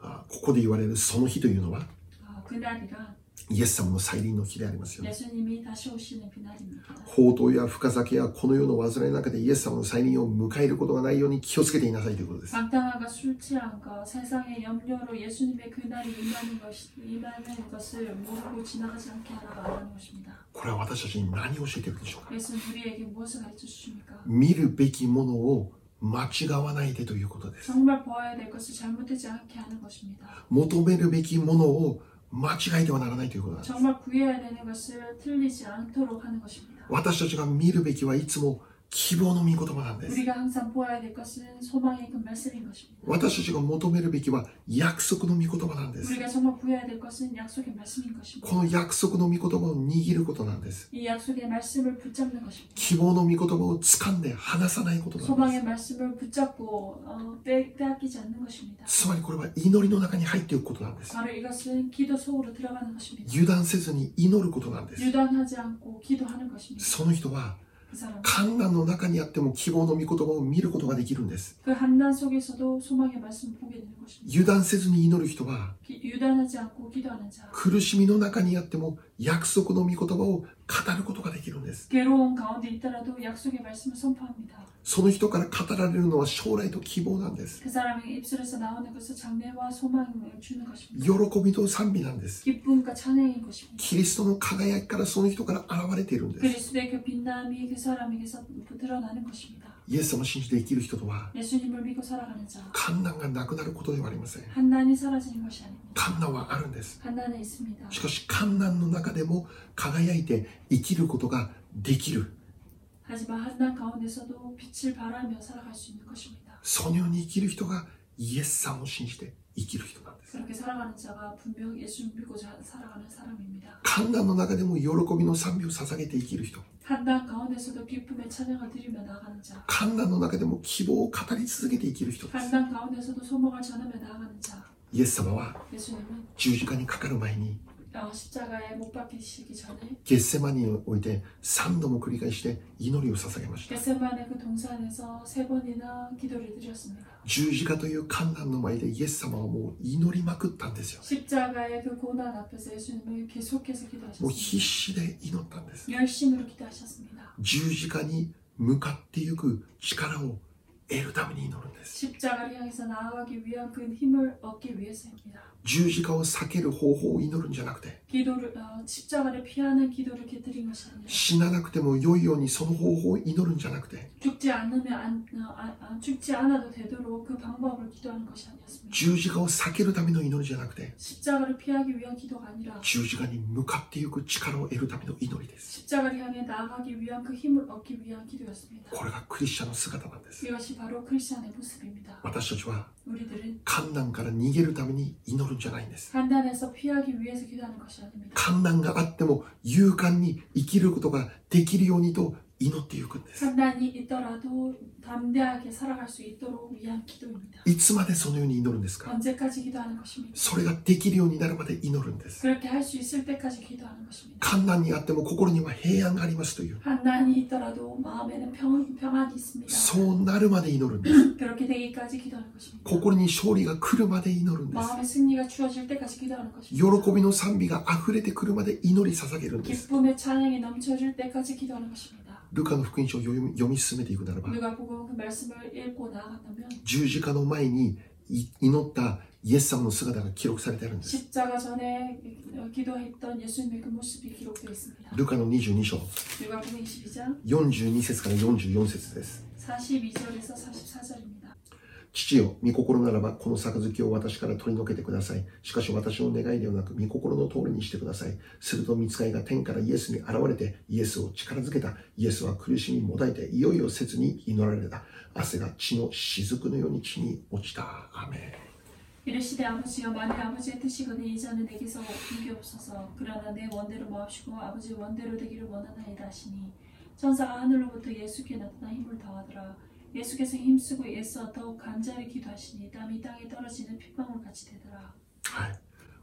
[SPEAKER 1] あここで言われるその日というのは
[SPEAKER 2] 아, 그날이란
[SPEAKER 1] イエス様の再臨の日でありますよね
[SPEAKER 2] 예수님이 다시 오시는 그날입니다.
[SPEAKER 1] 報道や深酒やこの世の煩いの中でイエス様の再臨を迎えることがないように気をつけていなさいということです。
[SPEAKER 2] 방탕함과 술 취함과 세상의 염려로 예수님의 그날이 임하는, 것이, 임하는 것을 모르고 지나가지 않게 하라고 말하는 것입니다.
[SPEAKER 1] これは私たちに何を教えているでしょうか
[SPEAKER 2] 예수님 우리에게 무엇을 가르쳐 주십니까?
[SPEAKER 1] 見るべきものを間違わないでということです。
[SPEAKER 2] 정말 보아야 될 것을 잘못되지 않게 하는 것입니다.
[SPEAKER 1] 求めるべきものを間違えてはならないということなんです。
[SPEAKER 2] 정말 구해야 되는 것을 틀리지 않도록 하는 것입니다.
[SPEAKER 1] 私たちが見るべきはいつも希望の御言葉なんです。
[SPEAKER 2] 우리가 항상 보아야 될 것은 소망의 그 말씀인 것입니다.
[SPEAKER 1] 私たちが求めるべきは約束の御言葉なんです。
[SPEAKER 2] 우리가 정말 구해야 될 것은 약속의 말씀인
[SPEAKER 1] こ
[SPEAKER 2] 것입니다.
[SPEAKER 1] の約束の御言葉を握ることなんです。
[SPEAKER 2] 이 약속의 말씀을 붙잡는 것입니다.
[SPEAKER 1] 希望の御言葉を掴んで離さないことなんで
[SPEAKER 2] 소망의 말씀을 붙잡고 어, 빼, 빼앗기지 않는 것입니다.
[SPEAKER 1] す。つまりこれは祈りの中に入っていくことなんです。
[SPEAKER 2] 바로 이것은 기도 속으로 들어가는 것입니다.
[SPEAKER 1] 油断せずに祈ることなんです。
[SPEAKER 2] 유단하지 않고 기도하는 것입니다.
[SPEAKER 1] その人は
[SPEAKER 2] 그 사람
[SPEAKER 1] 観難の中にあっても希望の御言葉を見ることができるんです。
[SPEAKER 2] 그 한난 속에서도 소망의 말씀을 보게 되는 것입니다.
[SPEAKER 1] 油断せずに祈る人は
[SPEAKER 2] 기- 유단하지 않고 기도하는 자,
[SPEAKER 1] 苦しみの中にあっても約束の御言葉を語ることができるんです。
[SPEAKER 2] 괴로운 가운데 있더라도 약속의 말씀을 선포합니다.
[SPEAKER 1] その人から語られるのは将来と希望なんです。
[SPEAKER 2] 그 사람의 입술에서 나오는 것은 장래와 소망을 주는 것입니다.
[SPEAKER 1] 喜びと賛美なんです。
[SPEAKER 2] 기쁨과 찬양인 것입니다.
[SPEAKER 1] キリストの輝きからその人から現れているんです。
[SPEAKER 2] 그리스도의 그 빛남이 그 사람에게서 드러나는 것입니다.
[SPEAKER 1] イエス様を信じて生きる人とは
[SPEAKER 2] 예수님을 믿고 살아가는 자,
[SPEAKER 1] 観難がなくなることではありません。
[SPEAKER 2] 한난이 사라지는 것이 아닙니다.
[SPEAKER 1] 観難はあるんです。
[SPEAKER 2] 한난에 있습니다.
[SPEAKER 1] しかし観難の中でも輝いて生きることができる
[SPEAKER 2] 하지만 한낱 가운데서도 빛을 발하며 살아갈 수 있는 것입니다.
[SPEAKER 1] そのように生きる人がイエスさんを信じて生きる人なんです
[SPEAKER 2] 그렇게 살아가는 자가 분명 예수를 믿고 자- 살아가는 사람입니다.
[SPEAKER 1] 観難の中でも喜びの賛美を捧げて生きる人
[SPEAKER 2] 한낱 가운데서도 기쁨의 찬양을 드리며 나아가는 자,
[SPEAKER 1] 観難の中でも希望を語り続けて生きる人です
[SPEAKER 2] 한낱 가운데서도 소망을 전하며 나아가는 자,
[SPEAKER 1] イエス様は
[SPEAKER 2] 예수님은
[SPEAKER 1] 十字架にかかる前に
[SPEAKER 2] 어, 십자가에 못 박히시기 전에
[SPEAKER 1] ゲッセマニにおいて3度も繰り返して祈りを捧げました
[SPEAKER 2] 겟세만의 그 동산에서 세 번이나 기도를 드렸습니다.
[SPEAKER 1] 十字架という観難の前でイエス様はもう祈りまくったんですよ
[SPEAKER 2] 십자가의 그 고난 앞에서 예수님은 계속해서
[SPEAKER 1] もう
[SPEAKER 2] 기도하셨습니다.
[SPEAKER 1] 必死で祈ったんです
[SPEAKER 2] 열심으로 기도하셨습니다.
[SPEAKER 1] 十字架に向かってゆく力を得るために祈るんです
[SPEAKER 2] 십자가를 향해서 나아가기 위한 그 힘을 얻기 위해서입니다.
[SPEAKER 1] 十字架を避ける方法を祈るんじゃなくて
[SPEAKER 2] 기도를 어, 십자가를 피하는 기도를 깨뜨린 것이 아니라
[SPEAKER 1] 死ななくても良いようにその方法を祈るんじゃなくて
[SPEAKER 2] 죽지 않으면 안, 어, 아, 아, 죽지 않아도 되도록 그 방법을 기도하는 것이 아니었습니다.
[SPEAKER 1] 十字架を避けるための祈りじゃなくて
[SPEAKER 2] 십자가를 피하기 위한 기도가 아니라
[SPEAKER 1] 十字架に向かってゆく力を得るための祈りです
[SPEAKER 2] 십자가를 향해 나아가기 위한 그 힘을 얻기 위한 기도였습니다.
[SPEAKER 1] これがクリスチャンの姿なんです
[SPEAKER 2] 이것이 바로 크리스천의 모습입니다.
[SPEAKER 1] 私たちは
[SPEAKER 2] 우리들은
[SPEAKER 1] 観難から逃げるために祈るんじゃないんです
[SPEAKER 2] 산단에서 피하기 위해서 기도하는 것이 아닙니다.
[SPEAKER 1] 観難があっても勇敢に生きることができるようにと祈ってゆくんです
[SPEAKER 2] 산단이 있더라도 담대하게 살아갈 수 있도록 위한 기도입니다.
[SPEAKER 1] いつまでそのように祈るんですか
[SPEAKER 2] 언제까지 기도하는 것입니다.
[SPEAKER 1] それができるようになるまで祈るんです。
[SPEAKER 2] 그렇게 할 수 있을 때까지 기도하는 것입니다.
[SPEAKER 1] 観難にあっても心には平安がありますという。
[SPEAKER 2] 한난이 있더라도 마음에는 평, 평안이 있습니다.
[SPEAKER 1] そうなるまで祈るんです。
[SPEAKER 2] 그렇게 되기까지 기도하는 것입니다.
[SPEAKER 1] 心に勝利が来るまで祈るんです。
[SPEAKER 2] 마음의 승리가 주어질 때까지 기도하는 것입니다.
[SPEAKER 1] 喜びの賛美が溢れてくるまで祈り捧げるんです。
[SPEAKER 2] 기쁨의 찬양이 넘쳐질 때까지 기도하는 것입니다.
[SPEAKER 1] ルカの福音書を読み読み進めていくならば、
[SPEAKER 2] 누가 보고 그 말씀을 읽고 나아간다면
[SPEAKER 1] 十字架の前にい祈ったイエス様の姿が記録されてあるんです。
[SPEAKER 2] 십자가 전에 기도했던 예수님의 그 모습이 기록되어 있습니다.
[SPEAKER 1] ルカの22章、
[SPEAKER 2] 누가복음 22장
[SPEAKER 1] 42節から44節です。
[SPEAKER 2] 42절에서 44절입니다.
[SPEAKER 1] 父よ、御心ならば、この杯を私から取り除けてください。しかし私の願いではなく、御心の通りにしてください。すると、見つかいが天からイエスに現れて、イエスを力づけた。イエスは苦しみもだえて、いよいよ切に祈られた。汗が血の雫のように地に落ちた。アーメン
[SPEAKER 2] 이르시되 아버지여 만일 아버지의 뜻이거니 이자는 내게서 옮겨옵소서 그러나 내 원대로 마옵시고 아버지 의 원대로 되기를 원하나이다 하시니 천사가 하늘로부터 예수께 나타나 힘을 더하더라 예수께서 힘쓰고 애써 더욱 간절히 기도하시니 땀이 땅에 떨어지는 핏방울 같이 되더라
[SPEAKER 1] はい。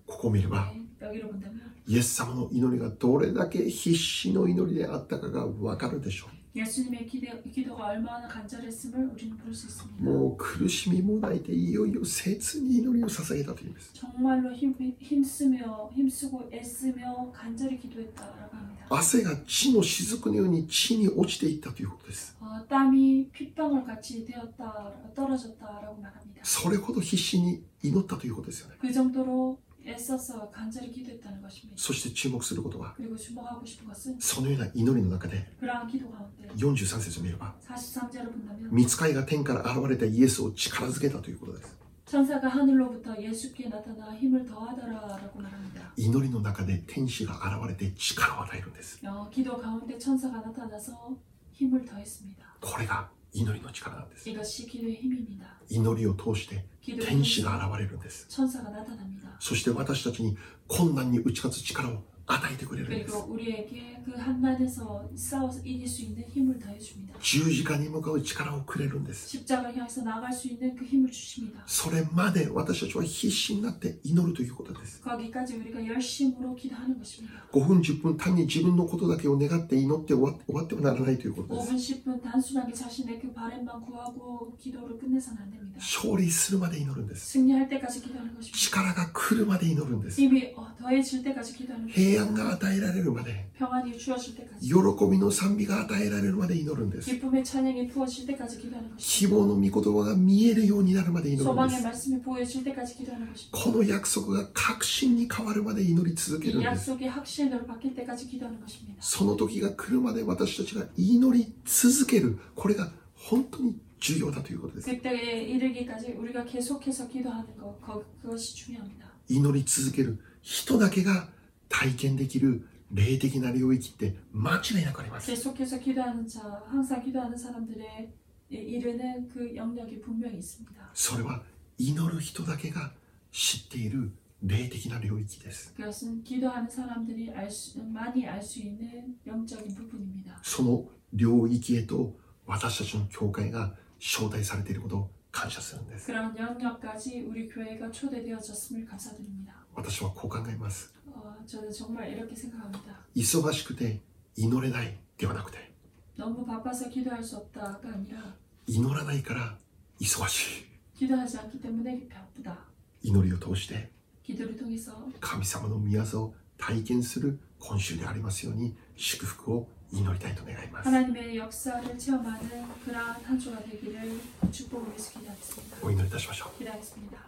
[SPEAKER 1] ここを見れば、
[SPEAKER 2] 네, 여기로 본다면
[SPEAKER 1] イエス様の祈りがどれだけ必死の祈りであったかがわかるでしょう。
[SPEAKER 2] 예수님의 기대, 기도가 얼마나 간절했음을 우리는 볼 수 있습니다.
[SPEAKER 1] もう苦しみも抱いていよいよ切に祈りを捧げたというんです
[SPEAKER 2] 정말로 힘, 힘쓰며 힘쓰고 애쓰며 간절히 기도했다라고 합니다.
[SPEAKER 1] 汗が地の雫のように地に落ちていったということです
[SPEAKER 2] 어, 땀이 핏방울 같이 되었다 떨어졌다라고 말합니다.
[SPEAKER 1] それほど必死に祈ったということですよね
[SPEAKER 2] 그 정도로 애써서 간절히 기도했다는 것입니다.
[SPEAKER 1] そして注目することは
[SPEAKER 2] 그리고 주목하고 싶은 것은
[SPEAKER 1] そのような祈りの中で
[SPEAKER 2] 그러한 기도 가운데
[SPEAKER 1] 43節を見れば
[SPEAKER 2] 43절을 본다면
[SPEAKER 1] 見つかいが天から現れたイエスを力づけたということです
[SPEAKER 2] 천사가 하늘로부터 예수께 나타나 힘을 더하더라라고 말합니다.
[SPEAKER 1] 祈りの中で天使が現れて力を与えるんです
[SPEAKER 2] 어, 기도 가운데 천사가 나타나서 힘을 더했습니다.
[SPEAKER 1] これが祈りの力なんです
[SPEAKER 2] 이것이 기도의 힘입니다.
[SPEAKER 1] 祈りを通して
[SPEAKER 2] 기도의
[SPEAKER 1] 天使
[SPEAKER 2] 힘이
[SPEAKER 1] が現れるんです
[SPEAKER 2] 천사가 나타납니다.
[SPEAKER 1] そして私たちに困難に打ち勝つ力を与えてくれるんです
[SPEAKER 2] 그리고 우리에게 그 한난에서 싸워서 이길 수 있는 힘을 더해줍니다.
[SPEAKER 1] 十字架に向かう力をくれるんです
[SPEAKER 2] 십자가를 향해서 나갈 수 있는 그 힘을 주십니다.
[SPEAKER 1] それまで私たちは必死になって祈るということです
[SPEAKER 2] 거기까지 우리가 열심으로 기도하는 것입니다.
[SPEAKER 1] 5分10分単に自分のことだけを願って祈って終わって終わってはならないということです
[SPEAKER 2] 5분, 10분 단순하게 자신의 그 바램만 구하고 기도를 끝내서는 안 됩니다.
[SPEAKER 1] 勝利するまで祈るんです
[SPEAKER 2] 승리할 때까지 기도하는 것입니다.
[SPEAKER 1] 力が来るまで祈るんです
[SPEAKER 2] 힘이 어, 더해질 때까지 기도하는
[SPEAKER 1] 平安
[SPEAKER 2] 것입니다.
[SPEAKER 1] が与えられるまで
[SPEAKER 2] 평안이 주어질 때까지
[SPEAKER 1] 喜びの賛美が与えられるまで祈るんです
[SPEAKER 2] 기쁨의 찬양이 부어질 때까지 기도하는 것입니다.
[SPEAKER 1] 希望の御言葉が見えるようになるまで祈るんで
[SPEAKER 2] 소망의
[SPEAKER 1] す
[SPEAKER 2] 말씀이 보여질 때까지 기도하는 것입니다.
[SPEAKER 1] この約束が確信に変わるまで祈り続ける
[SPEAKER 2] 이
[SPEAKER 1] んです
[SPEAKER 2] 약속이 확신으로 바뀔 때까지 기도하는 것입니다.
[SPEAKER 1] その時が来るまで私たちが祈り続けるこれが本当に重要だということです
[SPEAKER 2] 그때에 이르기까지 우리가 계속해서 기도하는 것 거- 그것이 중요합니다.
[SPEAKER 1] 祈り続ける人だけが体験できる霊的な領域って間違いなくあります
[SPEAKER 2] 계속해서 기도하는 자, 항상 기도하는 사람들의 이- 이르는 그 영역이 분명히 있습니다.
[SPEAKER 1] それは祈る人だけが知っている霊的な領域です
[SPEAKER 2] 그것은 기도하는 사람들이 알 수, 많이 알 수 있는 영적인 부분입니다.
[SPEAKER 1] その領域へと私たちの教会が招待されていることを感謝するんです
[SPEAKER 2] 그런 영역까지 우리 교회가 초대되어졌음을 감사드립니다.
[SPEAKER 1] 私はこう考えます
[SPEAKER 2] 어, 저는 정말 이렇게 생각합니다.
[SPEAKER 1] 忙しくて祈れないではなくて
[SPEAKER 2] 너무 바빠서 기도할 수 없다가 아니라
[SPEAKER 1] 祈らないから忙し
[SPEAKER 2] 기도하지 않기 때문에 바쁘다.
[SPEAKER 1] い祈りを通して
[SPEAKER 2] 기도를 통해서
[SPEAKER 1] 神様の宮座を体験する今週でありますように祝福を祈りたいと願います
[SPEAKER 2] 하나님의 역사를 체험하는 그러한 한 주가 되기를 축복을 위해서 기도하겠습니다.
[SPEAKER 1] お祈りいたしましょう
[SPEAKER 2] 기도하겠습니다.